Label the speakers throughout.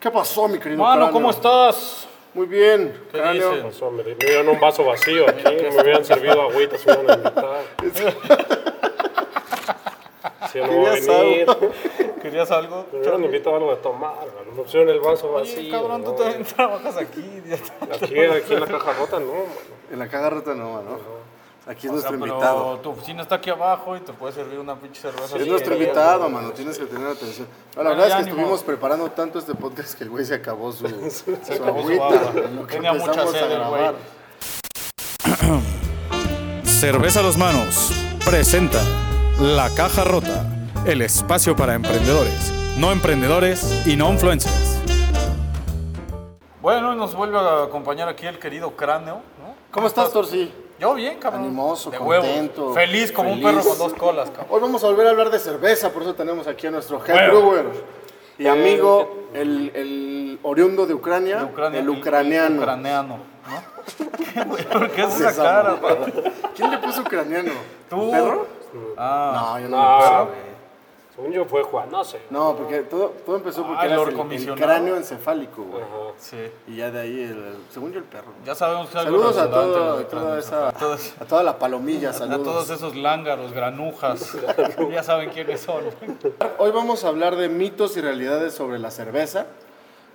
Speaker 1: ¿Qué pasó, mi querido
Speaker 2: Mano,
Speaker 1: cráneo?
Speaker 2: ¿cómo estás?
Speaker 1: Muy bien,
Speaker 2: ¿Qué
Speaker 1: cráneo.
Speaker 2: dices?
Speaker 3: Pasó, me, di- me dieron un vaso vacío aquí, me hubieran servido agüitas, me hubieran invitado. Si no voy a
Speaker 1: Querías algo.
Speaker 3: venir,
Speaker 2: ¿Querías algo?
Speaker 3: me hubieran invitado algo de tomar, mano, me pusieron el vaso vacío.
Speaker 2: Cabrón, tú
Speaker 3: ¿no?
Speaker 2: también trabajas aquí, idiota.
Speaker 3: Aquí, aquí en la caja rota, no, mano.
Speaker 1: En la cagarreta no, mano. Aquí es
Speaker 2: O sea,
Speaker 1: nuestro
Speaker 2: pero
Speaker 1: invitado.
Speaker 2: tu oficina está aquí abajo y te puede servir una pinche cerveza.
Speaker 1: Es
Speaker 2: si
Speaker 1: nuestro
Speaker 2: quieres.
Speaker 1: invitado, mano. Tienes que tener atención. No, la
Speaker 2: Bueno,
Speaker 1: verdad
Speaker 2: ya
Speaker 1: es que
Speaker 2: ni
Speaker 1: estuvimos
Speaker 2: modo.
Speaker 1: preparando tanto este podcast que el güey se acabó su, su
Speaker 2: acabó su
Speaker 1: agüita.
Speaker 2: agua.
Speaker 1: en lo que
Speaker 2: Tenía mucha
Speaker 1: empezamos
Speaker 2: sed
Speaker 1: a
Speaker 2: el güey.
Speaker 1: grabar.
Speaker 4: Cerveza a los manos presenta La Caja Rota, el espacio para emprendedores, no emprendedores y no influencers.
Speaker 2: Bueno, y nos vuelve a acompañar aquí el querido cráneo, ¿no?
Speaker 1: ¿Cómo estás, Torsi?
Speaker 2: Yo bien, cabrón.
Speaker 1: Animoso,
Speaker 2: De huevo.
Speaker 1: contento.
Speaker 2: Feliz como un
Speaker 1: feliz.
Speaker 2: perro con dos colas, cabrón.
Speaker 1: Hoy vamos a volver a hablar de cerveza, por eso tenemos aquí a nuestro head
Speaker 2: Bueno. Eh,
Speaker 1: brewer y amigo, el, el oriundo de Ucrania,
Speaker 2: De Ucrania,
Speaker 1: el ucraniano.
Speaker 2: ucraniano, ¿no? Güey, ¿Por qué es
Speaker 1: Esa
Speaker 2: esa cara?
Speaker 1: mamada. ¿Quién le puso ucraniano?
Speaker 2: ¿Tú?
Speaker 1: ¿Perro?
Speaker 2: Ah,
Speaker 1: No, yo no, le puse.
Speaker 3: Ah, según yo fue Juan, no sé.
Speaker 1: No, porque todo, todo empezó porque
Speaker 2: Ah, el
Speaker 1: era
Speaker 2: orcomisionado.
Speaker 1: cráneo encefálico, güey.
Speaker 2: sí.
Speaker 1: Y ya de ahí, el, según yo, el perro.
Speaker 2: Ya sabemos que algo
Speaker 1: Saludos a,
Speaker 2: resonante,
Speaker 1: todo-
Speaker 2: güey,
Speaker 1: a
Speaker 2: cráneo.
Speaker 1: toda esa,
Speaker 2: A todos,
Speaker 1: a toda la palomilla,
Speaker 2: a todos
Speaker 1: saludos.
Speaker 2: esos lángaros, granujas. ya saben quiénes son.
Speaker 1: Hoy vamos a hablar de mitos y realidades sobre la cerveza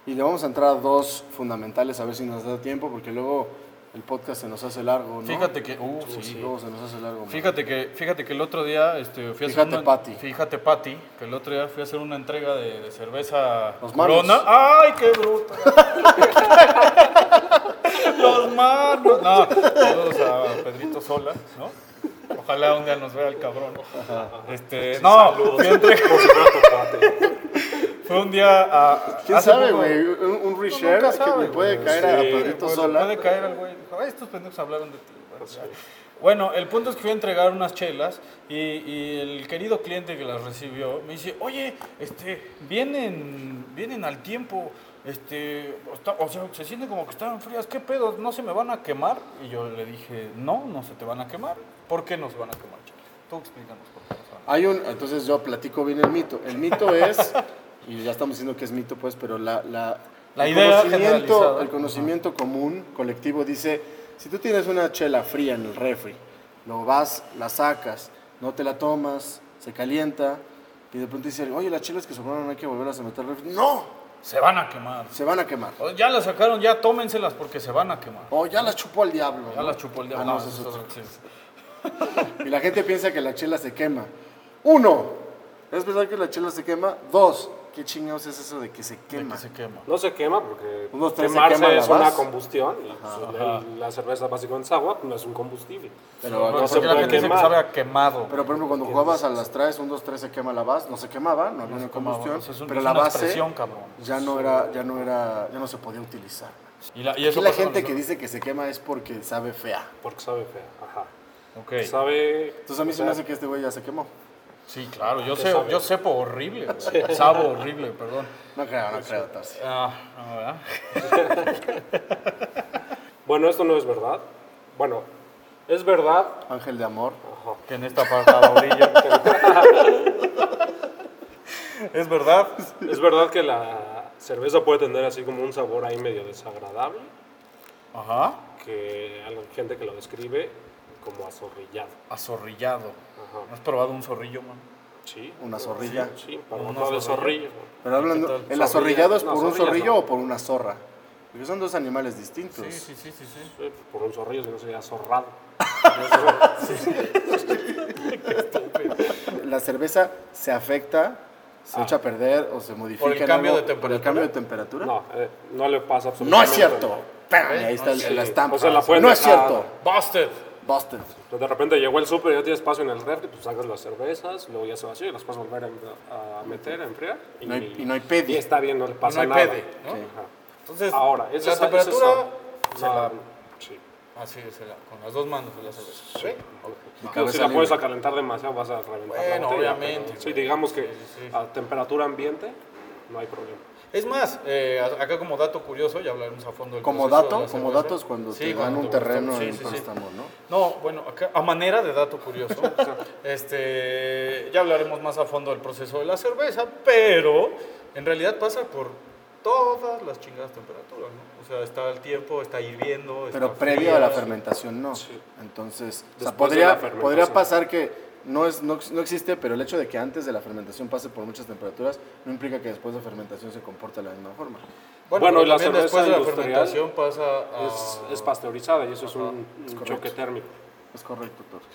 Speaker 1: y le vamos a entrar a dos fundamentales a ver si nos da tiempo porque luego el podcast se nos hace largo, ¿no?
Speaker 2: Fíjate que. Uh, sí.
Speaker 1: Luego se nos hace largo. man.
Speaker 2: Fíjate que, fíjate que el otro día este, fui a
Speaker 1: Fíjate,
Speaker 2: hacer una,
Speaker 1: Pati.
Speaker 2: Fíjate, Pati, que el otro día fui a hacer una entrega de, de cerveza
Speaker 1: Los manos.
Speaker 2: Corona. ¡Ay, qué bruto! Los manos. No, saludos a Pedrito Sola, ¿no? Ojalá un día nos vea el cabrón. Este, no, fui a entre- fue un día a.
Speaker 1: ¿Quién
Speaker 2: hace
Speaker 1: sabe,
Speaker 2: poco-
Speaker 1: güey? Un, un
Speaker 2: Uno
Speaker 1: reshare
Speaker 2: nunca
Speaker 1: que
Speaker 2: sabe,
Speaker 1: le puede
Speaker 2: güey.
Speaker 1: caer
Speaker 2: Sí,
Speaker 1: a Pedrito
Speaker 2: puede-
Speaker 1: Sola.
Speaker 2: Puede caer al güey. Dijo, "Ay, estos pendejos hablaron de ti. Bueno, ya. Bueno, el punto es que fui a entregar unas chelas y, y el querido cliente que las recibió me dice, oye, este, vienen, vienen al tiempo, este, o está- o sea, se sienten como que están frías, ¿qué pedo? ¿No se me van a quemar? Y yo le dije, no, no se te van a quemar. ¿Por qué no se van a quemar, chelas? Tú explícanos por qué no se van a
Speaker 1: Hay un, entonces yo platico bien el mito. El mito es, y ya estamos diciendo que es mito, pues, pero la, la,
Speaker 2: La
Speaker 1: el
Speaker 2: idea
Speaker 1: conocimiento,
Speaker 2: generalizada.
Speaker 1: el conocimiento común, colectivo, dice, si tú tienes una chela fría en el refri, lo vas, la sacas, no te la tomas, se calienta, y de pronto dice, oye, las chelas que sobraron hay que volverlas a meter al refri. ¡No!
Speaker 2: quemar. Se van a quemar.
Speaker 1: Se van a quemar.
Speaker 2: O Ya las sacaron, ya tómenselas porque se van a quemar.
Speaker 1: O ya las chupó al diablo.
Speaker 2: Ya
Speaker 1: ¿no?
Speaker 2: las chupó el diablo.
Speaker 1: Ah, no,
Speaker 2: No,
Speaker 1: eso es
Speaker 2: eso
Speaker 1: otro.
Speaker 2: es- sí.
Speaker 1: Y la gente piensa que la chela se quema. Uno, ¿es verdad que la chela se quema? Dos, ¿qué chingados es eso de que se quema?
Speaker 2: que se quema.
Speaker 3: No se quema porque
Speaker 1: Unos tres se
Speaker 3: quemarse
Speaker 1: quema la
Speaker 3: es una
Speaker 1: base.
Speaker 3: combustión y pues, el- la cerveza básicamente es agua, no es un combustible.
Speaker 1: Pero,
Speaker 3: No
Speaker 2: Porque
Speaker 3: se
Speaker 2: la
Speaker 3: puede
Speaker 2: gente dice que
Speaker 3: quemar.
Speaker 2: sabe a quemado.
Speaker 1: pero, por ejemplo, cuando jugabas a las traes, un, dos, tres, se quema la base, no se quemaba, no había una
Speaker 2: quemaba,
Speaker 1: combustión,
Speaker 2: eso es un-
Speaker 1: pero
Speaker 2: es
Speaker 1: la
Speaker 2: una
Speaker 1: base
Speaker 2: expresión, cabrón.
Speaker 1: ya no era, ya no era, ya no se podía utilizar.
Speaker 2: y la, y
Speaker 1: Aquí
Speaker 2: eso
Speaker 1: la
Speaker 2: pasa con
Speaker 1: gente que
Speaker 2: nosotros.
Speaker 1: dice que se quema es porque sabe fea.
Speaker 3: Porque sabe fea, ajá.
Speaker 2: Ok.
Speaker 3: Sabe...
Speaker 1: Entonces a mí se me hace que este güey ya se quemó.
Speaker 2: Sí, claro, yo sé,
Speaker 3: sabe.
Speaker 2: yo sepo horrible, güey. sabo horrible, perdón.
Speaker 1: No creo, no creo, Tarsi.
Speaker 2: Ah, no, ¿verdad?
Speaker 3: Bueno, esto no es verdad. Bueno, es verdad.
Speaker 1: Ángel de amor.
Speaker 2: Que en esta parte la orilla. es verdad.
Speaker 3: Es verdad que la cerveza puede tener así como un sabor ahí medio desagradable,
Speaker 2: Ajá.
Speaker 3: que hay gente que lo describe como azorrillado.
Speaker 2: Azorrillado.
Speaker 3: Ajá.
Speaker 2: ¿No has probado un zorrillo, man?
Speaker 3: Sí.
Speaker 1: Una zorrilla.
Speaker 3: Sí, sí, para
Speaker 2: Una
Speaker 3: un lado de
Speaker 2: zorrilla.
Speaker 3: zorrillo.
Speaker 1: Pero hablando,
Speaker 2: tal?
Speaker 1: ¿el azorrillado
Speaker 3: Zorrilla.
Speaker 1: es por
Speaker 3: No,
Speaker 1: un
Speaker 3: zorrilla
Speaker 1: zorrillo
Speaker 3: no.
Speaker 1: o por una zorra? Porque son dos animales distintos.
Speaker 2: Sí, sí, sí, sí, sí.
Speaker 3: Sí, Por un zorrillo, si no sería zorrado.
Speaker 1: la cerveza se afecta, se echa a perder o se modifica.
Speaker 2: Ah. ¿Por el
Speaker 1: en
Speaker 2: cambio
Speaker 1: algo
Speaker 2: de
Speaker 1: por el
Speaker 2: temperatura?
Speaker 1: cambio de temperatura?
Speaker 3: No, eh, no le pasa absolutamente
Speaker 1: No es cierto.
Speaker 3: nada.
Speaker 1: Pérale, ahí está el-
Speaker 3: sí.
Speaker 1: la estampa.
Speaker 3: O sea, la pueden
Speaker 1: no es
Speaker 3: dejar-
Speaker 1: cierto.
Speaker 2: Busted.
Speaker 1: Busted.
Speaker 3: Entonces, de repente llegó el súper, ya tienes espacio en el refri, pues sacas las cervezas, luego ya se vacía y las puedes volver a, a meter, a enfriar.
Speaker 1: No hay- y no hay pedi.
Speaker 3: Y está bien, no le pasa
Speaker 2: No hay
Speaker 3: nada.
Speaker 2: pedi, ¿no?
Speaker 3: Ajá.
Speaker 2: Entonces,
Speaker 3: Ahora, esa
Speaker 2: la
Speaker 3: esa- esa
Speaker 2: temperatura
Speaker 3: es-
Speaker 2: se
Speaker 3: no,
Speaker 2: la-
Speaker 3: sí.
Speaker 2: Así es, la- con las dos manos se la hace. ¿Sí?
Speaker 3: Digo,
Speaker 1: cabeza
Speaker 3: si la
Speaker 1: libre.
Speaker 3: puedes calentar demasiado vas a reventar la
Speaker 2: Bueno,
Speaker 3: botella,
Speaker 2: obviamente,
Speaker 3: pero sí,
Speaker 2: güey.
Speaker 3: digamos que
Speaker 2: Sí, sí, sí.
Speaker 3: a temperatura ambiente no hay problema.
Speaker 2: Es más, eh, a- acá como dato curioso, ya hablaremos a fondo del
Speaker 1: Como
Speaker 2: proceso de
Speaker 1: dato,
Speaker 2: la
Speaker 1: como
Speaker 2: cerveza.
Speaker 1: dato es cuando
Speaker 2: Sí,
Speaker 1: te dan
Speaker 2: cuando
Speaker 1: un
Speaker 2: te
Speaker 1: terreno
Speaker 2: gustan.
Speaker 1: en
Speaker 2: Sí, sí, sí.
Speaker 1: préstamo, ¿no?
Speaker 2: No, bueno, acá, a manera de dato curioso, este, ya hablaremos más a fondo del proceso de la cerveza, pero en realidad pasa por todas las chingadas temperaturas, ¿no? O sea, está el tiempo, está hirviendo. está
Speaker 1: Pero previo
Speaker 2: fría,
Speaker 1: a la fermentación no.
Speaker 3: Sí.
Speaker 1: Entonces, o sea,
Speaker 3: Después de la
Speaker 1: podría,
Speaker 3: fermentación.
Speaker 1: podría pasar que no, es, no, no existe, pero el hecho de que antes de la fermentación pase por muchas temperaturas no implica que después de fermentación se comporte de la misma forma.
Speaker 2: Bueno,
Speaker 3: Bueno,
Speaker 2: pero
Speaker 3: la
Speaker 2: también
Speaker 3: cerveza
Speaker 2: después de la
Speaker 3: industrial
Speaker 2: fermentación pasa a...
Speaker 3: Es, es pasteurizada y eso es un, un
Speaker 1: correcto.
Speaker 3: choque térmico.
Speaker 1: Es correcto, Torque.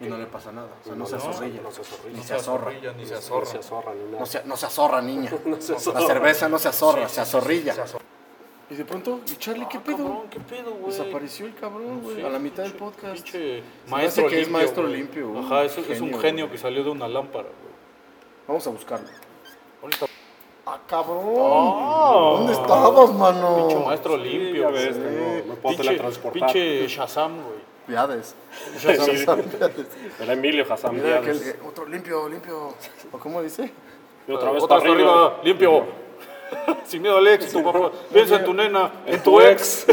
Speaker 1: Y no le pasa nada. O sea, no,
Speaker 3: No,
Speaker 1: se
Speaker 3: no,
Speaker 1: azorrilla.
Speaker 3: no se azorrilla.
Speaker 1: Ni
Speaker 2: ni
Speaker 1: se azorra.
Speaker 2: azorrilla, ni se
Speaker 3: No
Speaker 2: azorra.
Speaker 3: Este, se azorra ni nada.
Speaker 1: No se, no se azorra, niña.
Speaker 3: No se
Speaker 1: La
Speaker 3: azorra.
Speaker 1: cerveza no se azorra, se azorrilla.
Speaker 2: Se azorra.
Speaker 1: Y de pronto, ¿y Charlie qué
Speaker 2: Ah,
Speaker 1: pedo?
Speaker 2: cabrón, ¿Qué pedo, güey?
Speaker 1: Desapareció el cabrón, güey,
Speaker 2: Sí,
Speaker 1: a la mitad del
Speaker 2: pinche-
Speaker 1: podcast.
Speaker 2: pinche
Speaker 1: me hace
Speaker 2: Maestro
Speaker 1: que es
Speaker 2: limpio,
Speaker 1: maestro
Speaker 2: güey.
Speaker 1: limpio, un
Speaker 2: Ajá, es, es un
Speaker 1: genio,
Speaker 2: genio
Speaker 1: güey.
Speaker 2: que salió de una lámpara, güey.
Speaker 1: Vamos a buscarlo.
Speaker 2: Ahorita.
Speaker 1: ¡Ah, cabrón!
Speaker 2: Oh.
Speaker 1: Ah. ¿Dónde estabas, mano?
Speaker 2: Pinche maestro
Speaker 3: Sí,
Speaker 2: limpio,
Speaker 3: ya
Speaker 2: güey. Este,
Speaker 3: ves, no- no puedo
Speaker 2: Pinche,
Speaker 3: teletransportar.
Speaker 2: pinche Shazam, güey.
Speaker 1: Piades.
Speaker 3: Sí. Era Emilio Hassan
Speaker 1: Mira
Speaker 3: Díaz.
Speaker 1: aquel- eh, otro limpio, limpio. ¿O cómo dice?
Speaker 3: Y otra vez
Speaker 2: Otra
Speaker 3: para
Speaker 2: arriba,
Speaker 3: arriba.
Speaker 2: limpio. Sin miedo al ex, tu papá. Piensa en tu nena, en tu ex.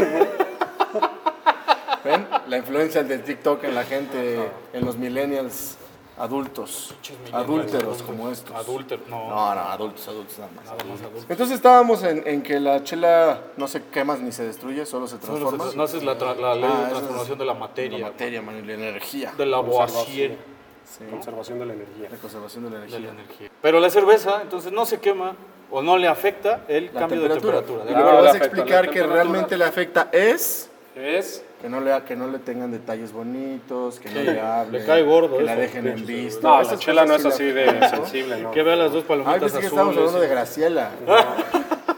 Speaker 1: ¿Ven? La influencia del TikTok en la gente, en los millennials adultos. Adúlteros como estos.
Speaker 2: Adúltero, no.
Speaker 1: No, no, adultos, adultos nada más.
Speaker 2: Nada más adulto.
Speaker 1: Entonces estábamos en, en que la chela no se quema ni se destruye, solo se
Speaker 2: No,
Speaker 1: transforma.
Speaker 2: no, No haces la, tra- la ley
Speaker 1: Ah,
Speaker 2: de
Speaker 1: eso
Speaker 2: transformación
Speaker 1: es
Speaker 2: de la
Speaker 1: La
Speaker 2: materia,
Speaker 1: materia, mano, y la energía.
Speaker 2: de la
Speaker 3: Conservación.
Speaker 2: Boisier.
Speaker 1: Sí,
Speaker 3: Conservación de la energía.
Speaker 1: la conservación de la
Speaker 2: de la
Speaker 1: energía.
Speaker 2: energía. Pero la cerveza, entonces, no se quema o no le afecta el
Speaker 1: La
Speaker 2: cambio de temperatura.
Speaker 1: Y
Speaker 2: de
Speaker 1: lo
Speaker 3: Ah,
Speaker 1: que
Speaker 3: le
Speaker 1: vas a
Speaker 3: afecta,
Speaker 1: explicar
Speaker 3: la
Speaker 1: que
Speaker 3: temperatura.
Speaker 1: realmente le afecta es
Speaker 3: Es
Speaker 1: que no le, que no le tengan detalles bonitos, que no
Speaker 2: Sí,
Speaker 1: le hablen.
Speaker 2: le cae gordo
Speaker 1: Que la
Speaker 2: eso.
Speaker 1: dejen en vista.
Speaker 3: No, la
Speaker 1: Esas
Speaker 3: chela
Speaker 1: cosas
Speaker 3: no es
Speaker 1: sí le
Speaker 3: así de
Speaker 1: afectan, ¿no?
Speaker 3: sensible, no.
Speaker 2: Que vea las dos
Speaker 1: Ay,
Speaker 2: palomitas
Speaker 1: pensé Ah, que estábamos
Speaker 2: azules.
Speaker 1: hablando de Graciela.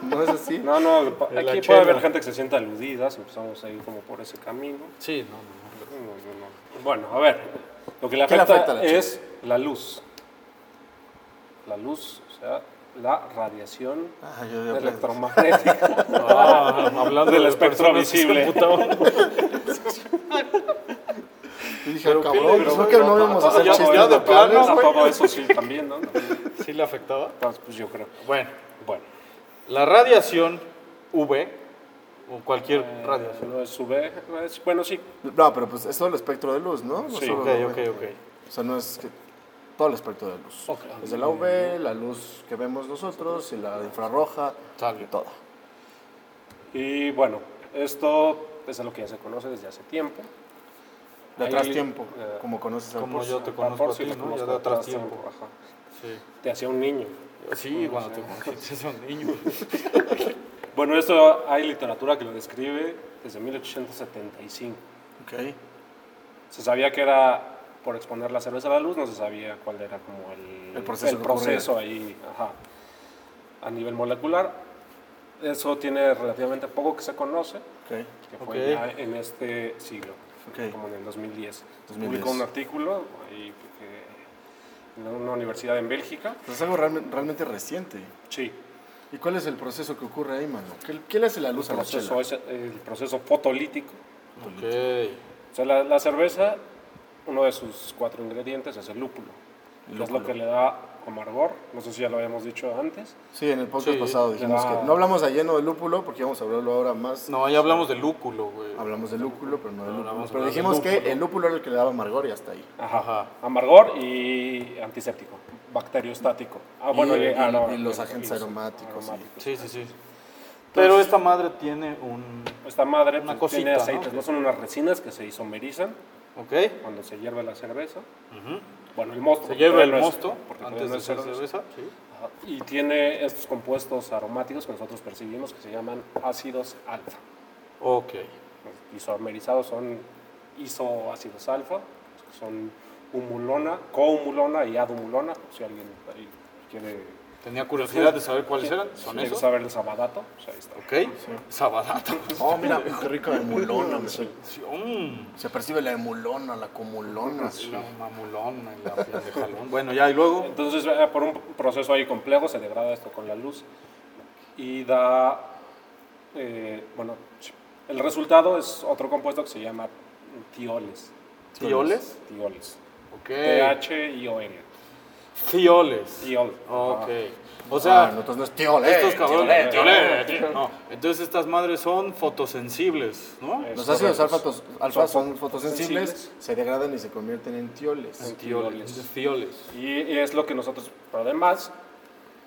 Speaker 1: No es así.
Speaker 3: No, no, pa-
Speaker 2: De la
Speaker 3: aquí
Speaker 2: chela.
Speaker 3: puede haber gente que se sienta aludida si empezamos a ir como por ese camino.
Speaker 2: Sí, no, no.
Speaker 3: No, no, no. Bueno, a ver, lo que le
Speaker 1: ¿Qué le
Speaker 3: afecta,
Speaker 1: afecta a la
Speaker 3: es la luz. La luz, o sea, la radiación
Speaker 1: Ah, yo- yo-
Speaker 3: electromagnética.
Speaker 2: Ah, hablando
Speaker 3: Del
Speaker 2: de
Speaker 3: espectro
Speaker 2: personas que se
Speaker 3: visible.
Speaker 2: emputaban.
Speaker 1: yo dije, cabrón,
Speaker 3: Pero
Speaker 1: pues, no que no
Speaker 3: bueno,
Speaker 1: íbamos a
Speaker 3: todo-
Speaker 1: hacer
Speaker 3: Ah, ya-
Speaker 1: chistes
Speaker 3: ya de
Speaker 1: de
Speaker 3: plano,
Speaker 1: padres.
Speaker 3: a todo eso sí también, ¿no?
Speaker 2: ¿Sí le afectaba?
Speaker 3: Pues, pues yo creo.
Speaker 2: Bueno,
Speaker 3: Bueno,
Speaker 2: la radiación UV, o cualquier radiación.
Speaker 3: Eh, no es UV, es- bueno, sí,
Speaker 1: No, pero pues es todo el espectro de luz, ¿no? No
Speaker 3: Sí,
Speaker 1: solo
Speaker 2: Ok,
Speaker 1: la
Speaker 2: ok,
Speaker 1: UV.
Speaker 2: ok.
Speaker 1: O sea, no es que todo el espectro de luz.
Speaker 2: Ok.
Speaker 1: Desde la UV, la luz que vemos nosotros, y la infrarroja,
Speaker 2: Sale.
Speaker 1: todo.
Speaker 3: Y bueno, esto es algo que ya se conoce desde hace tiempo.
Speaker 1: De
Speaker 3: Ahí,
Speaker 1: atrás tiempo,
Speaker 3: eh,
Speaker 1: como conoces a
Speaker 2: como
Speaker 1: Porsche.
Speaker 2: Pues yo te
Speaker 3: Ah,
Speaker 2: conozco
Speaker 3: por
Speaker 2: a ti,
Speaker 3: si te
Speaker 2: ¿no?
Speaker 3: conozco
Speaker 2: Ya de atrás tiempo.
Speaker 3: Ajá.
Speaker 2: Sí,
Speaker 3: Te hacía un niño.
Speaker 2: sí cuando te conociste a un niño.
Speaker 3: Bueno, esto hay literatura que lo describe desde 1875.
Speaker 1: Ok.
Speaker 3: Se sabía que era por exponer la cerveza a la luz, no se sabía cuál era como el,
Speaker 1: El proceso que
Speaker 3: proceso ahí ajá, a nivel molecular. Eso tiene relativamente poco que se conoce,
Speaker 1: Ok.
Speaker 3: que fue
Speaker 2: Ok.
Speaker 3: ya en este siglo,
Speaker 1: Ok.
Speaker 3: como en el 2010.
Speaker 1: 2010.
Speaker 3: Publicó un artículo ahí que- en una universidad en Bélgica.
Speaker 1: Pues es algo realme- realmente reciente.
Speaker 3: Sí,
Speaker 1: ¿Y cuál es el proceso que ocurre ahí, mano? ¿Qué, qué le hace la luz a
Speaker 3: el
Speaker 1: la chela?
Speaker 3: proceso, es el proceso fotolítico.
Speaker 2: ok.
Speaker 3: O sea, la, la cerveza, uno de sus cuatro ingredientes es el lúpulo. que Es lo
Speaker 1: lúpulo.
Speaker 3: que le da amargor. No sé si ya lo habíamos dicho antes.
Speaker 1: Sí, en el podcast
Speaker 2: Sí,
Speaker 1: pasado dijimos
Speaker 3: la-
Speaker 1: que no hablamos a lleno de lúpulo, porque vamos a hablarlo ahora más.
Speaker 2: No, ya hablamos de lúculo, güey.
Speaker 1: Hablamos de lúpulo, pero no de lúpulo.
Speaker 2: hablamos
Speaker 1: Pero
Speaker 2: de
Speaker 1: dijimos
Speaker 2: lúpulo.
Speaker 1: que el lúpulo era el que le daba amargor y hasta ahí.
Speaker 3: Ajá.
Speaker 2: Ajá.
Speaker 3: Amargor y antiséptico, bacteriostático. Ah,
Speaker 1: Y-
Speaker 3: bueno, y,
Speaker 1: y-
Speaker 3: ah, no,
Speaker 1: y los
Speaker 3: y
Speaker 1: agentes aromáticos, sí.
Speaker 2: Sí, sí, sí. Pero esta madre tiene un...
Speaker 3: Esta madre
Speaker 2: Una
Speaker 3: pues,
Speaker 2: cosita,
Speaker 3: tiene
Speaker 2: ¿no?
Speaker 3: aceites, ¿no? son unas resinas que se isomerizan
Speaker 2: ¿Ok?
Speaker 3: cuando se hierve la cerveza. Bueno, el mosto.
Speaker 2: Se
Speaker 3: porque
Speaker 2: lleva
Speaker 3: todavía
Speaker 2: el
Speaker 3: no es-
Speaker 2: mosto
Speaker 3: porque
Speaker 2: antes
Speaker 3: todavía no
Speaker 2: de
Speaker 3: es
Speaker 2: hacer cerveza. Sí.
Speaker 3: Ajá. Y tiene estos compuestos aromáticos que nosotros percibimos que se llaman ácidos alfa.
Speaker 2: Ok.
Speaker 3: Los isomerizados son isoácidos alfa, que son humulona, cohumulona y adumulona, si alguien ahí quiere
Speaker 2: Tenía curiosidad de saber cuáles eran. ¿Son
Speaker 3: quiere
Speaker 2: esos?
Speaker 3: saber el sabadato, pues ahí está.
Speaker 2: Ok. Sabadato.
Speaker 1: Oh, mira, qué rica emulona. me-
Speaker 2: Sí, mm.
Speaker 1: Se percibe la emulona, la comulona.
Speaker 2: La mamulona y la piel de jalón. Bueno, ya, y luego.
Speaker 3: Entonces, eh, por un proceso ahí complejo se degrada esto con la luz y da, eh, bueno, el resultado es otro compuesto que se llama tioles.
Speaker 2: ¿Tioles?
Speaker 3: Tioles.
Speaker 2: Ok.
Speaker 3: T-H-I-O-N.
Speaker 2: Tioles.
Speaker 3: Tioles.
Speaker 2: Ok. O
Speaker 1: Ah,
Speaker 2: sea,
Speaker 1: no, entonces no es tío, eh,
Speaker 2: estos cabrones.
Speaker 1: tío, eh.
Speaker 2: Tiole, tiole. No, entonces estas madres son fotosensibles, ¿no?
Speaker 1: Los ácidos
Speaker 3: correcto.
Speaker 1: alfatos- alfa
Speaker 3: Son
Speaker 1: son fotosensibles,
Speaker 3: fotosensibles.
Speaker 1: se degradan y se convierten en tioles.
Speaker 2: Tioles. Tioles.
Speaker 3: Y es lo que nosotros, pero además,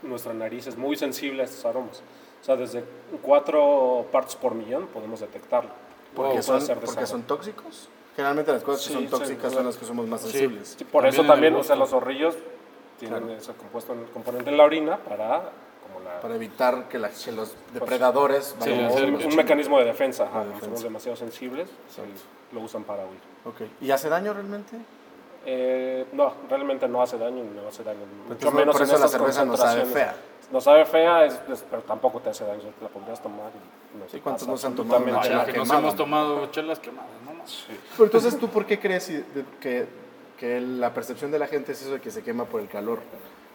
Speaker 3: nuestra nariz es muy sensible a estos aromas. O sea, desde 4 parts por millón podemos detectarlo.
Speaker 1: Porque,
Speaker 3: Oh, Puede
Speaker 1: son,
Speaker 3: ser de
Speaker 1: porque
Speaker 3: sangre.
Speaker 1: son tóxicos. Generalmente las cosas que
Speaker 3: Sí,
Speaker 1: son
Speaker 3: sí,
Speaker 1: tóxicas
Speaker 3: claro.
Speaker 1: son las que somos más sensibles.
Speaker 3: Sí, por
Speaker 2: También en
Speaker 3: eso también,
Speaker 2: el
Speaker 3: o sea,
Speaker 2: gusto.
Speaker 3: los zorrillos tienen
Speaker 1: Claro.
Speaker 3: ese compuesto, el componente en la orina para, como la-
Speaker 1: Para evitar que, la- que los depredadores
Speaker 3: Sí,
Speaker 1: vayan
Speaker 3: es
Speaker 1: a
Speaker 3: un, un mecanismo de defensa.
Speaker 1: De
Speaker 3: ajá, como
Speaker 1: defensa.
Speaker 3: Somos demasiado sensibles, lo usan para huir.
Speaker 1: Ok. ¿Y hace daño realmente?
Speaker 3: Eh, no, realmente no hace daño, no hace daño. Mucho
Speaker 1: Entonces,
Speaker 3: menos
Speaker 1: por
Speaker 3: en
Speaker 1: eso la
Speaker 3: esas
Speaker 1: cerveza no sabe
Speaker 3: concentraciones.
Speaker 1: fea.
Speaker 3: No sabe fea, es- es- pero tampoco te hace daño. te La podrías tomar y no
Speaker 1: Sí,
Speaker 3: se
Speaker 1: ¿cuántos
Speaker 3: pasa
Speaker 1: no se han tomado una
Speaker 3: absolutamente
Speaker 1: chela
Speaker 3: nada.
Speaker 2: que nos
Speaker 1: quemaban.
Speaker 2: hemos tomado chelas quemadas, no más.
Speaker 1: Pero entonces, ¿tú por qué crees y- de- que, que la percepción de la gente es eso de que se quema por el calor?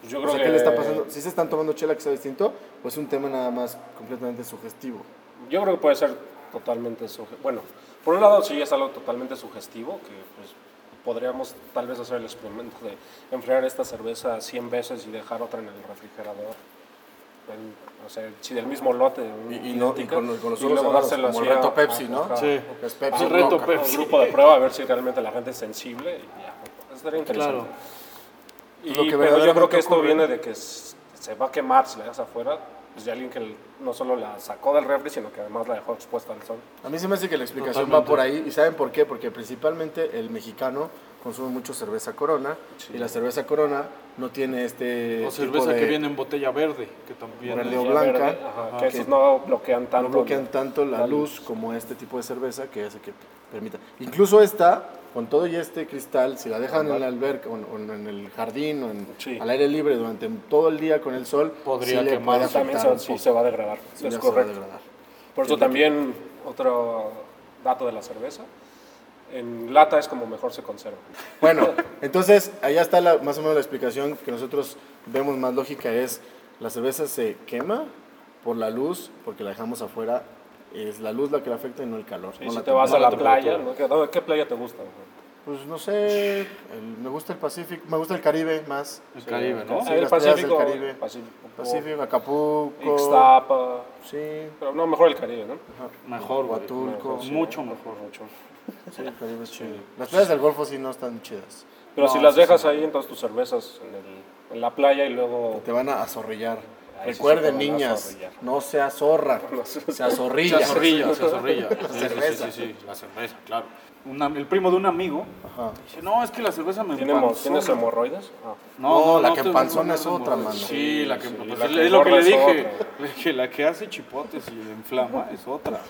Speaker 3: Yo
Speaker 1: O
Speaker 3: creo
Speaker 1: sea,
Speaker 3: que
Speaker 1: ¿qué le está pasando? ¿Si se están tomando chela que sabe distinto? ¿O es un tema nada más completamente sugestivo?
Speaker 3: Yo creo que puede ser totalmente sugestivo. Bueno, por un lado sí es algo totalmente sugestivo, que pues podríamos tal vez hacer el experimento de enfriar esta cerveza 100 veces y dejar otra en el refrigerador. El- o sea, si del mismo lote. un-
Speaker 1: Y- y no- y
Speaker 3: idéntica,
Speaker 1: con los- con los
Speaker 3: y
Speaker 1: ojos
Speaker 3: luego
Speaker 1: cerrados,
Speaker 3: dárselo
Speaker 1: como el
Speaker 3: así a-
Speaker 1: reto Pepsi,
Speaker 3: a-
Speaker 1: ¿no?
Speaker 3: ajá,
Speaker 2: Sí.
Speaker 3: a
Speaker 1: Es Pepsi
Speaker 2: Ah,
Speaker 1: Coca.
Speaker 2: reto
Speaker 3: un
Speaker 2: Pepsi.
Speaker 3: grupo de prueba a ver si realmente la gente es sensible y ya. Eso Estaría interesante.
Speaker 2: Claro.
Speaker 3: Y,
Speaker 1: Lo que
Speaker 3: pero yo creo
Speaker 1: verdaderamente
Speaker 3: que esto
Speaker 1: ocurre.
Speaker 3: viene de que s- se va a quemar si la dejas afuera. Pues de alguien que l- no solo la sacó del refri, sino que además la dejó expuesta al sol.
Speaker 1: A mí se me hace que la explicación va
Speaker 2: Totalmente.
Speaker 1: por ahí. ¿Y saben por qué? Porque principalmente el mexicano consume mucho cerveza corona. Y la cerveza corona no tiene este. tipo
Speaker 2: O cerveza
Speaker 1: de-
Speaker 2: que viene en botella verde, que también
Speaker 1: Verde
Speaker 2: es-
Speaker 1: o
Speaker 3: Ya
Speaker 1: blanca,
Speaker 3: verde, ajá,
Speaker 1: ajá, que
Speaker 3: que esos no bloquean tanto.
Speaker 1: No bloquean
Speaker 3: la-
Speaker 1: tanto la
Speaker 3: la
Speaker 1: luz como este tipo de cerveza que hace que permita. Incluso esta, con todo y este cristal, si la dejan en la alberca o en, o en el jardín o en-
Speaker 3: Sí.
Speaker 1: al aire libre durante todo el leo con el sol,
Speaker 2: Podría
Speaker 1: sí le
Speaker 2: quemar.
Speaker 1: puede
Speaker 3: También
Speaker 1: afectar
Speaker 3: se,
Speaker 1: un
Speaker 3: sí,
Speaker 1: poco.
Speaker 3: se va a degradar.
Speaker 1: Sí,
Speaker 3: es
Speaker 1: ya se va a
Speaker 3: correcto.
Speaker 1: degradar.
Speaker 3: Por eso también otro dato de la cerveza. En lata es como mejor se conserva.
Speaker 1: Bueno, entonces allá está la- más o menos la explicación que nosotros vemos más lógica es la cerveza se quema por la luz porque la dejamos afuera es la luz la que la afecta y no el calor.
Speaker 3: Y
Speaker 1: no
Speaker 3: si
Speaker 1: la
Speaker 3: te vas a
Speaker 1: temperatura.
Speaker 3: la playa, ¿no? ¿Qué, no, ¿qué playa te gusta?
Speaker 1: Pues no sé, el- me gusta el Pacífico, me gusta el Caribe más.
Speaker 2: El Caribe, ¿no?
Speaker 1: Sí,
Speaker 3: el
Speaker 1: las playas del
Speaker 3: Pacífico,
Speaker 1: Caribe.
Speaker 3: Pacífico,
Speaker 1: Pacífico, Acapulco.
Speaker 3: Ixtapa,
Speaker 1: Sí.
Speaker 3: pero no, mejor el Caribe, ¿no?
Speaker 2: Mejor, güey.
Speaker 1: Huatulco.
Speaker 2: Mejor, Mucho mejor.
Speaker 3: Mucho.
Speaker 1: Sí, el Caribe es chido. Las playas del Golfo sí no están chidas.
Speaker 3: Pero si las dejas ahí, entonces tus cervezas en, el- en la playa y luego...
Speaker 1: Te van a azorrillar.
Speaker 3: Ahí sí
Speaker 1: Recuerden,
Speaker 3: se te van a
Speaker 1: niñas,
Speaker 3: azorrillar.
Speaker 1: no se azorra, se azorrilla.
Speaker 2: Se azorrilla, se azorrilla. Sí,
Speaker 1: cerveza.
Speaker 2: Sí, sí, sí, la cerveza, claro. Un am- el primo de un amo
Speaker 1: Ajá.
Speaker 2: dice, no, es que la cerveza me
Speaker 3: ¿Tienes,
Speaker 2: empanzona".
Speaker 3: ¿tienes hemorroides? Ah.
Speaker 1: No, la que
Speaker 2: te-
Speaker 1: empanzona es
Speaker 2: no,
Speaker 1: otra,
Speaker 2: no,
Speaker 1: mano.
Speaker 2: Sí, la que
Speaker 3: sí,
Speaker 2: pues,
Speaker 3: la
Speaker 2: es,
Speaker 3: que
Speaker 2: es lo que le
Speaker 3: engorda es
Speaker 2: dije. Le dije, la que hace chipotes y le inflama es otra.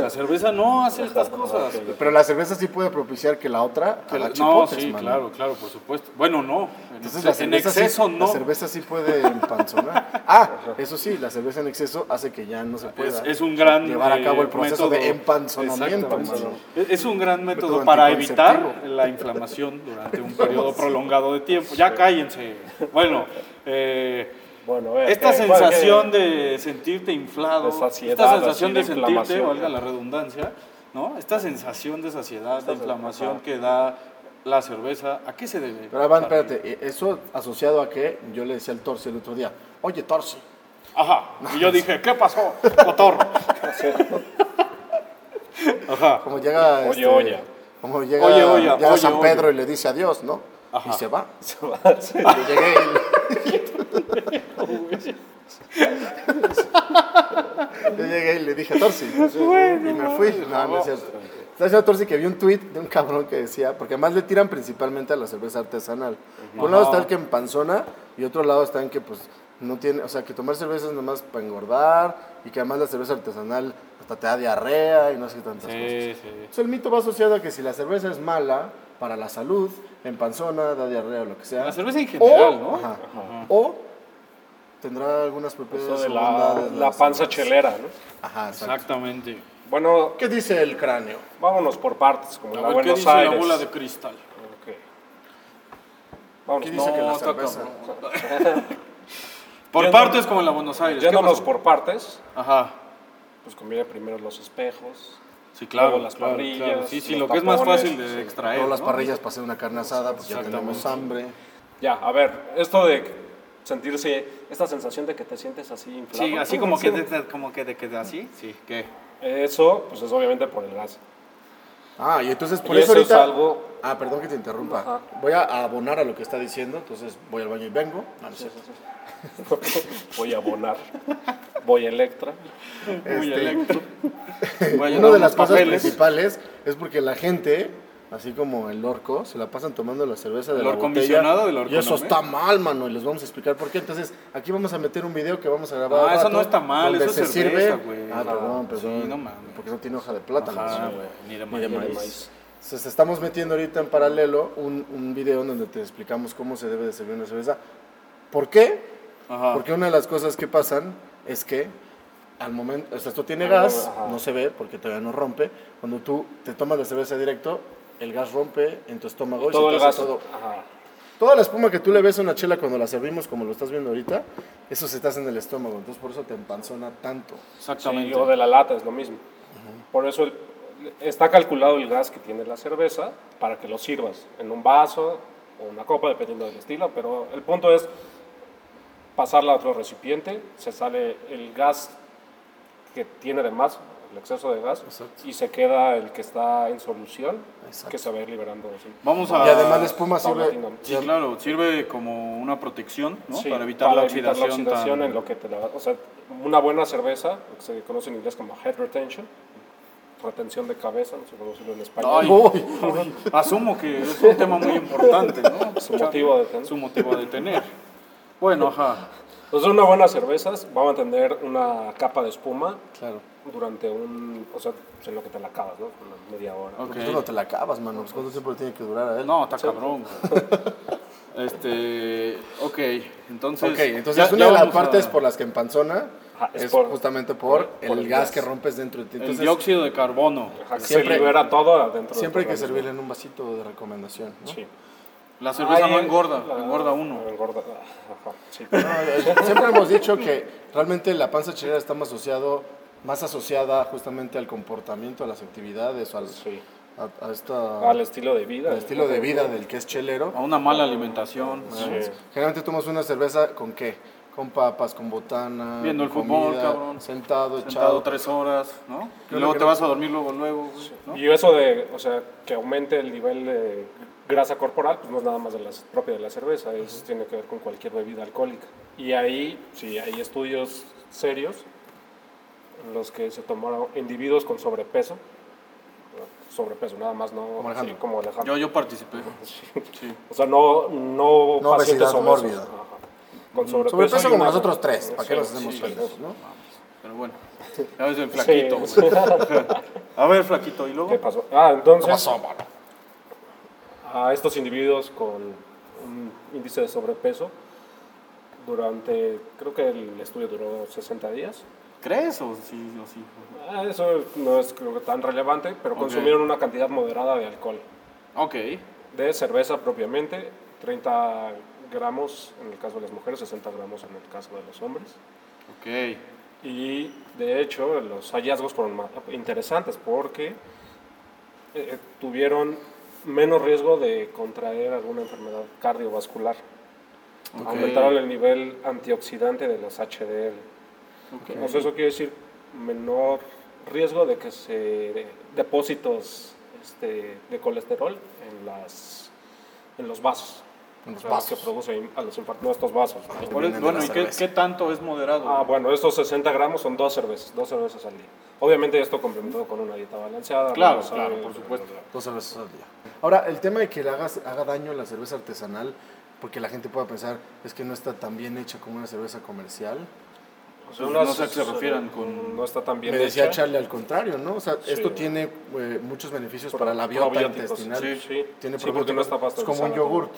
Speaker 2: La cerveza no hace estas cosas.
Speaker 1: Pero la cerveza sí puede propiciar que la otra
Speaker 2: Que la-
Speaker 1: haga
Speaker 2: no,
Speaker 1: Ah, chipotes,
Speaker 2: sí,
Speaker 1: mano.
Speaker 2: claro, claro, por supuesto. Bueno, no. En
Speaker 1: Entonces
Speaker 2: ex-
Speaker 1: la
Speaker 2: en
Speaker 1: cerveza,
Speaker 2: exceso
Speaker 1: sí,
Speaker 2: no.
Speaker 1: la cerveza sí puede empanzonar. Ah, eso sí, la cerveza en exceso hace que ya no se
Speaker 2: es,
Speaker 1: pueda
Speaker 2: Pues es un gran
Speaker 1: llevar a cabo el
Speaker 2: eh,
Speaker 1: proceso de
Speaker 2: método-
Speaker 1: empanzonamiento.
Speaker 2: Exactamente.
Speaker 1: mano.
Speaker 2: Es, es un gran método,
Speaker 1: Método
Speaker 2: para
Speaker 1: anticonceptivo.
Speaker 2: evitar la inflamación durante un periodo prolongado de tiempo. Ya cállense. Bueno, eh,
Speaker 3: Bueno, a ver,
Speaker 2: esta
Speaker 3: ¿qué-
Speaker 2: sensación
Speaker 3: cuál- qué-
Speaker 2: de sentirte inflado,
Speaker 3: De saciedad,
Speaker 2: esta sensación
Speaker 3: así,
Speaker 2: de
Speaker 3: de
Speaker 2: sentirte,
Speaker 3: inflamación.
Speaker 2: valga la redundancia, ¿no? Esta sensación de saciedad, de
Speaker 3: sen-
Speaker 2: inflamación
Speaker 3: ajá.
Speaker 2: que da la cerveza, ¿a qué se debe?
Speaker 1: Pero Iván, espérate, ¿eh, eso asociado a que yo le decía al Torsi el otro día, oye Torsi,
Speaker 2: Ajá. Y yo dije, ¿qué pasó, cotorro? Ajá.
Speaker 1: como llega...
Speaker 3: Oye,
Speaker 1: este,
Speaker 3: oye.
Speaker 1: Como llega,
Speaker 2: Oye, oye,
Speaker 1: llega
Speaker 2: oye,
Speaker 1: San
Speaker 2: oye.
Speaker 1: Pedro y le dice adiós, ¿no? Y se va. Y llegué y... Yo llegué y le dije Torsi. y me fui. No, no es cierto. Está diciendo Torsi que vi un tweet de un cabrón que decía, porque además le tiran principalmente a la cerveza artesanal. Por un lado está el que empanzona y otro lado está en que pues no tiene, o sea, que tomar cerveza es nomás para engordar y que además la cerveza artesanal hasta te da diarrea y no sé qué tantas cosas.
Speaker 2: Sí, sí.
Speaker 1: Entonces, Pues el mito va asociado a que si la cerveza es mala para la salud, empanzona, da diarrea o lo que sea.
Speaker 2: La cerveza en general,
Speaker 1: o,
Speaker 2: ¿no?
Speaker 1: ajá, o tendrá algunas propiedades.
Speaker 3: Pues Eso de
Speaker 1: o
Speaker 3: la,
Speaker 1: bondades de
Speaker 3: la
Speaker 1: las
Speaker 3: panza
Speaker 1: cervezas.
Speaker 3: chelera, ¿no?
Speaker 1: Ajá, exacto.
Speaker 2: Exactamente.
Speaker 3: Bueno,
Speaker 1: ¿Qué dice el cráneo?
Speaker 3: vámonos por partes, como
Speaker 2: A
Speaker 3: la
Speaker 2: ver, ¿qué
Speaker 3: Buenos
Speaker 2: dice
Speaker 3: Aires.
Speaker 2: la bola de cristal?
Speaker 3: Ok. Vámonos,
Speaker 1: ¿Qué dice
Speaker 3: no,
Speaker 1: que la
Speaker 3: está
Speaker 1: cerveza?
Speaker 3: cabrón.
Speaker 2: Por
Speaker 3: Yo
Speaker 2: partes
Speaker 3: no-
Speaker 2: como en la Buenos Aires. ¿qué
Speaker 3: Yéndonos
Speaker 2: pasó?
Speaker 3: por partes,
Speaker 2: Ajá.
Speaker 3: pues conviene primero los espejos.
Speaker 2: Sí, claro.
Speaker 3: Luego las
Speaker 2: claro,
Speaker 3: parrillas,
Speaker 2: claro. Sí, sí, lo
Speaker 3: los
Speaker 2: que es más
Speaker 3: tapones,
Speaker 2: fácil de
Speaker 3: sí.
Speaker 2: extraer.
Speaker 1: Todas las
Speaker 2: ¿no?
Speaker 1: parrillas para hacer una carne asada, pues ya tenemos hambre.
Speaker 3: Ya, a ver, esto de sentirse, esta sensación de que te sientes así inflado.
Speaker 2: Sí, así como que, de- de- como que de, que de así. Sí, ¿qué?
Speaker 3: Eso, pues es obviamente por el gas.
Speaker 1: Ah, y entonces por
Speaker 3: Y
Speaker 1: eso
Speaker 3: eso es
Speaker 1: ahorita...
Speaker 3: algo-
Speaker 1: Ah, perdón que te interrumpa. Voy a a abonar a lo que está diciendo, entonces voy al baño y vengo. No, no es cierto.
Speaker 3: Voy a abonar. Voy a Electra.
Speaker 1: Este,
Speaker 2: Voy a
Speaker 1: Una
Speaker 2: llenar
Speaker 1: de las
Speaker 2: unos
Speaker 1: cosas
Speaker 2: papeles.
Speaker 1: principales es porque la gente, así como el orco, se la pasan tomando la cerveza de
Speaker 2: El
Speaker 1: la
Speaker 2: orco
Speaker 1: botella.
Speaker 2: ambicionado del orco
Speaker 1: y eso
Speaker 2: només.
Speaker 1: está mal, mano, y les vamos a explicar por qué. Entonces, aquí vamos a meter un video que vamos a grabar.
Speaker 2: Ah,
Speaker 1: al
Speaker 2: eso
Speaker 1: rato,
Speaker 2: no está mal,
Speaker 1: donde
Speaker 2: eso
Speaker 1: se
Speaker 2: es cerveza,
Speaker 1: sirve.
Speaker 2: güey.
Speaker 1: Ah,
Speaker 2: Ajá.
Speaker 1: perdón, perdón.
Speaker 2: Sí, no mames.
Speaker 1: Porque no tiene hoja de plátano.
Speaker 2: Ajá,
Speaker 1: sí.
Speaker 2: güey, ni de
Speaker 1: Ni de
Speaker 2: maíz.
Speaker 1: maíz. Entonces, estamos metiendo ahorita en paralelo un, un video en donde te explicamos cómo se debe de servir una cerveza. ¿Por qué?
Speaker 2: Ajá.
Speaker 1: Porque una de las cosas que pasan es que al momento, o sea, esto tiene
Speaker 3: Algo,
Speaker 1: gas,
Speaker 3: ajá.
Speaker 1: no se ve porque todavía no rompe. Cuando tú te tomas la cerveza directo, el gas rompe en tu estómago y, se
Speaker 3: Todo
Speaker 1: te
Speaker 3: el
Speaker 1: hace
Speaker 3: gas.
Speaker 1: todo-
Speaker 3: Ajá.
Speaker 1: Toda la espuma que tú le ves a una chela cuando la servimos, como lo estás viendo ahorita, eso se te hace en el estómago. Entonces por eso te empanzona tanto.
Speaker 2: Exactamente.
Speaker 3: Sí, o de la lata es lo mismo. Por eso el- está calculado el gas que tiene la cerveza para que lo sirvas en un vaso o una copa, dependiendo del estilo, pero el punto es pasarla a otro recipiente, se sale el gas que tiene de más, el exceso de gas, y se queda el que está en solución,
Speaker 1: Exacto.
Speaker 3: que se va a ir liberando. sí.
Speaker 2: Vamos a.
Speaker 1: y además la espuma sirve...
Speaker 3: paulatinamente.
Speaker 2: Sí, claro, sirve como una protección, ¿no?
Speaker 3: Sí,
Speaker 2: para evitar la oxidación. tan-
Speaker 3: en lo que te la, o sea, una buena cerveza, lo que se conoce en inglés como head retention, retención de cabeza, no sé cómo decirlo en español.
Speaker 2: Ay,
Speaker 1: Uy.
Speaker 2: uy, asumo que es un tema muy importante, ¿no?
Speaker 3: Su motivo de tener.
Speaker 2: Su motivo de tener. Bueno, ajá.
Speaker 3: Entonces, una buena cerveza va a mantener una capa de espuma
Speaker 1: Claro.
Speaker 3: durante un, o sea, en lo que te la acabas, ¿no? Una media hora.
Speaker 2: Ok.
Speaker 1: Pues Tú no te la acabas, mano. Pues, ¿Cuánto tiempo le tiene que durar a él?
Speaker 2: No, está cabrón. Este, ok, entonces...
Speaker 1: Ok, entonces
Speaker 2: ya-
Speaker 1: una
Speaker 2: ya
Speaker 1: de las
Speaker 2: vamos a-
Speaker 1: partes por las que empanzona
Speaker 3: Ajá, es
Speaker 1: es
Speaker 3: por-
Speaker 1: justamente por,
Speaker 3: por
Speaker 1: el,
Speaker 3: el
Speaker 1: gas,
Speaker 3: gas.
Speaker 1: que rompes dentro de ti.
Speaker 2: El
Speaker 1: Entonces,
Speaker 2: dióxido de carbono,
Speaker 3: Ajá, que
Speaker 1: Siempre-
Speaker 3: se libera todo adentro. de
Speaker 1: siempre hay
Speaker 3: tu
Speaker 1: que
Speaker 3: organismo.
Speaker 1: servirle en un vasito de recomendación. ¿no?
Speaker 3: Sí.
Speaker 2: la cerveza
Speaker 3: Ay,
Speaker 2: no engorda,
Speaker 3: la-
Speaker 2: engorda uno.
Speaker 3: Engorda, ajá, sí.
Speaker 1: No, Ah, Siempre hemos dicho que realmente la panza chilera está más asociado, más asociada justamente al comportamiento, a las actividades, al,
Speaker 3: Sí.
Speaker 1: a, a esta,
Speaker 3: Al estilo de vida.
Speaker 1: al estilo de vida del que es chelero.
Speaker 2: A una mala alimentación.
Speaker 3: Sí.
Speaker 1: Generalmente tomas una cerveza con qué? Con papas, con botana.
Speaker 2: Viendo el
Speaker 1: con
Speaker 2: fútbol, cabrón.
Speaker 1: Sentado,
Speaker 2: Sentado
Speaker 1: echado.
Speaker 2: tres horas, ¿no? Y
Speaker 1: Creo
Speaker 2: luego
Speaker 1: que
Speaker 2: te
Speaker 1: no.
Speaker 2: vas a dormir luego, luego, güey, ¿no?
Speaker 3: Y eso de, o sea, que aumente el nivel de grasa corporal, pues no es nada más de las, propia de la cerveza, eso tiene que ver con cualquier bebida alcohólica. Y ahí, sí, hay estudios serios en los que se tomaron individuos con sobrepeso, sobrepeso nada más, no
Speaker 1: Como
Speaker 3: así
Speaker 1: Alejandro.
Speaker 3: como Alejandro.
Speaker 2: Yo, yo participé.
Speaker 3: O sea, no, no,
Speaker 1: No
Speaker 3: pacientes
Speaker 1: obesidad
Speaker 3: obesos.
Speaker 1: mórbida.
Speaker 3: Ajá. Con sobrepeso. y
Speaker 1: Sobrepeso como
Speaker 3: una-
Speaker 1: nosotros tres, ¿para qué
Speaker 3: Sí,
Speaker 1: nos hacemos
Speaker 3: sí,
Speaker 1: pendejos,
Speaker 3: sí.
Speaker 1: no?
Speaker 2: Pero bueno, ya ves el
Speaker 3: Sí.
Speaker 2: flaquito. güey. A ver, flaquito, ¿y luego?
Speaker 3: ¿Qué pasó? Ah, entonces...
Speaker 1: mano?
Speaker 3: a estos individuos con un índice de sobrepeso durante, creo que el estudio duró 60 días.
Speaker 2: ¿Crees o sí o sí?
Speaker 3: Ah, Eso no es creo que tan relevante, pero
Speaker 2: Ok.
Speaker 3: consumieron una cantidad moderada de alcohol.
Speaker 2: Ok,
Speaker 3: De cerveza propiamente, 30 gramos en el caso de las mujeres, 60 gramos en el caso de los hombres.
Speaker 2: ok.
Speaker 3: Y de hecho, los hallazgos fueron ma- interesantes porque eh, eh, tuvieron menos riesgo de contraer alguna enfermedad cardiovascular.
Speaker 2: Ok.
Speaker 3: Aumentaron el nivel antioxidante de los HDL. Entonces, eso quiere decir menor riesgo de que se de- depósitos este, de colesterol en las en los vasos.
Speaker 1: En los
Speaker 3: O sea,
Speaker 1: vasos.
Speaker 3: que produce in- a los infartos, no estos vasos. ¿no?
Speaker 2: Por eso-
Speaker 1: Vienen de
Speaker 2: bueno,
Speaker 1: la
Speaker 2: ¿y qué,
Speaker 1: cerveza.
Speaker 2: qué tanto es moderado?
Speaker 3: Ah, bueno, estos 60 gramos son dos cervezas, dos cervezas al día. Obviamente esto complementado con una dieta balanceada.
Speaker 2: Claro,
Speaker 3: ¿no?
Speaker 2: claro,
Speaker 3: Sal,
Speaker 2: por supuesto.
Speaker 3: bla, bla,
Speaker 1: Dos cervezas al día. Ahora, el tema de que le hagas, haga daño la cerveza artesanal, porque la gente pueda pensar, es que no está tan bien hecha como una cerveza comercial.
Speaker 3: bla. O sea,
Speaker 2: Pues
Speaker 3: unas-
Speaker 2: no sé a qué se refieran con...
Speaker 3: No está tan bien
Speaker 1: Me decía
Speaker 3: hecha.
Speaker 1: Charlie al contrario, ¿no? O sea, esto tiene eh, muchos beneficios para la biota
Speaker 3: probióticos,
Speaker 1: intestinal.
Speaker 3: sí, sí.
Speaker 1: Tiene
Speaker 3: Sí, porque no está
Speaker 1: probióticos. Es como un
Speaker 3: pasteurizada.
Speaker 1: yogurt.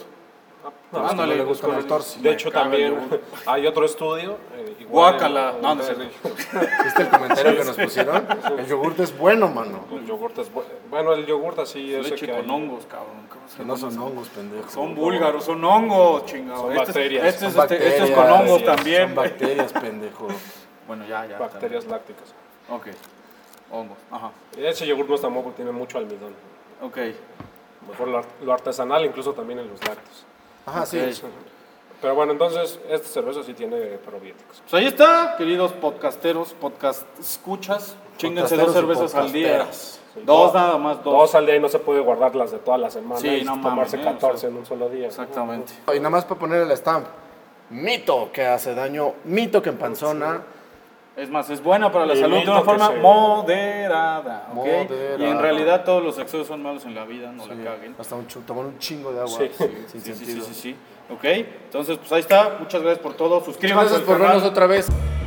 Speaker 3: No,
Speaker 1: Ah, no
Speaker 2: ándale,
Speaker 1: le
Speaker 2: pues,
Speaker 1: gusta
Speaker 2: con
Speaker 1: el torsi.
Speaker 3: De
Speaker 1: Me
Speaker 3: hecho,
Speaker 1: caga el
Speaker 3: también
Speaker 1: yogurt.
Speaker 3: hay otro estudio. eh, igual en-
Speaker 2: Guácala. No, no es
Speaker 3: en-
Speaker 1: ¿Viste el comentario que nos pusieron? El yogurt es bueno, mano.
Speaker 3: El yogurt es bu- bueno. el yogurt así es el
Speaker 2: Leche
Speaker 3: que
Speaker 2: con
Speaker 3: hay.
Speaker 2: hongos, cabrón. ¿Cómo se
Speaker 1: Que no
Speaker 2: llama?
Speaker 1: son hongos, pendejo.
Speaker 2: Son búlgaros, son hongos, chingados.
Speaker 3: Son
Speaker 2: Este es-
Speaker 3: bacterias,
Speaker 2: Este, es,
Speaker 1: Son
Speaker 2: este- este es con hongos
Speaker 3: bacterias,
Speaker 1: Son
Speaker 2: también.
Speaker 1: bacterias, pendejo.
Speaker 2: Bueno, ya, ya.
Speaker 3: bacterias lácticas.
Speaker 2: está. Ok. Hongos, ajá.
Speaker 3: Y ese yogurt no está muy porque tiene mucho almidón.
Speaker 2: Ok.
Speaker 3: Mejor lo, ar- lo artesanal, incluso también en los lácteos.
Speaker 1: Ajá, sí.
Speaker 2: Ok.
Speaker 3: Pero bueno, entonces, esta cerveza sí tiene probióticos.
Speaker 2: Pues ahí está, queridos podcasteros, podcast escuchas. Chinguense dos
Speaker 1: Podcasteros y
Speaker 2: cervezas al día.
Speaker 1: podcasteras.
Speaker 3: Sí,
Speaker 2: Dos nada más,
Speaker 3: Dos.
Speaker 2: dos.
Speaker 3: al día y no se puede guardarlas de toda la semana
Speaker 2: Sí,
Speaker 3: y
Speaker 2: no mames,
Speaker 3: tomarse
Speaker 2: ¿eh?
Speaker 3: 14
Speaker 2: O sea,
Speaker 3: en un solo día.
Speaker 2: Exactamente.
Speaker 1: Y nada más para poner el stamp. Mito que hace daño, mito que empanzona.
Speaker 2: Es más, es buena para la
Speaker 3: Y
Speaker 2: salud de
Speaker 3: listo
Speaker 2: una
Speaker 3: que
Speaker 2: forma
Speaker 3: se-
Speaker 2: moderada, ¿ok?
Speaker 1: Moderada.
Speaker 2: Y en realidad todos los excesos son malos en la vida, no la caguen.
Speaker 1: Eh, Hasta un chu- tomar un chingo de agua.
Speaker 3: Sí.
Speaker 1: Sin
Speaker 2: Sí, sí, sí,
Speaker 1: sentido.
Speaker 2: sí, sí. ¿Ok? Entonces, pues ahí está. Muchas gracias por todo. Suscríbanse
Speaker 1: Gracias
Speaker 2: al
Speaker 1: por
Speaker 2: canal.
Speaker 1: vernos otra vez.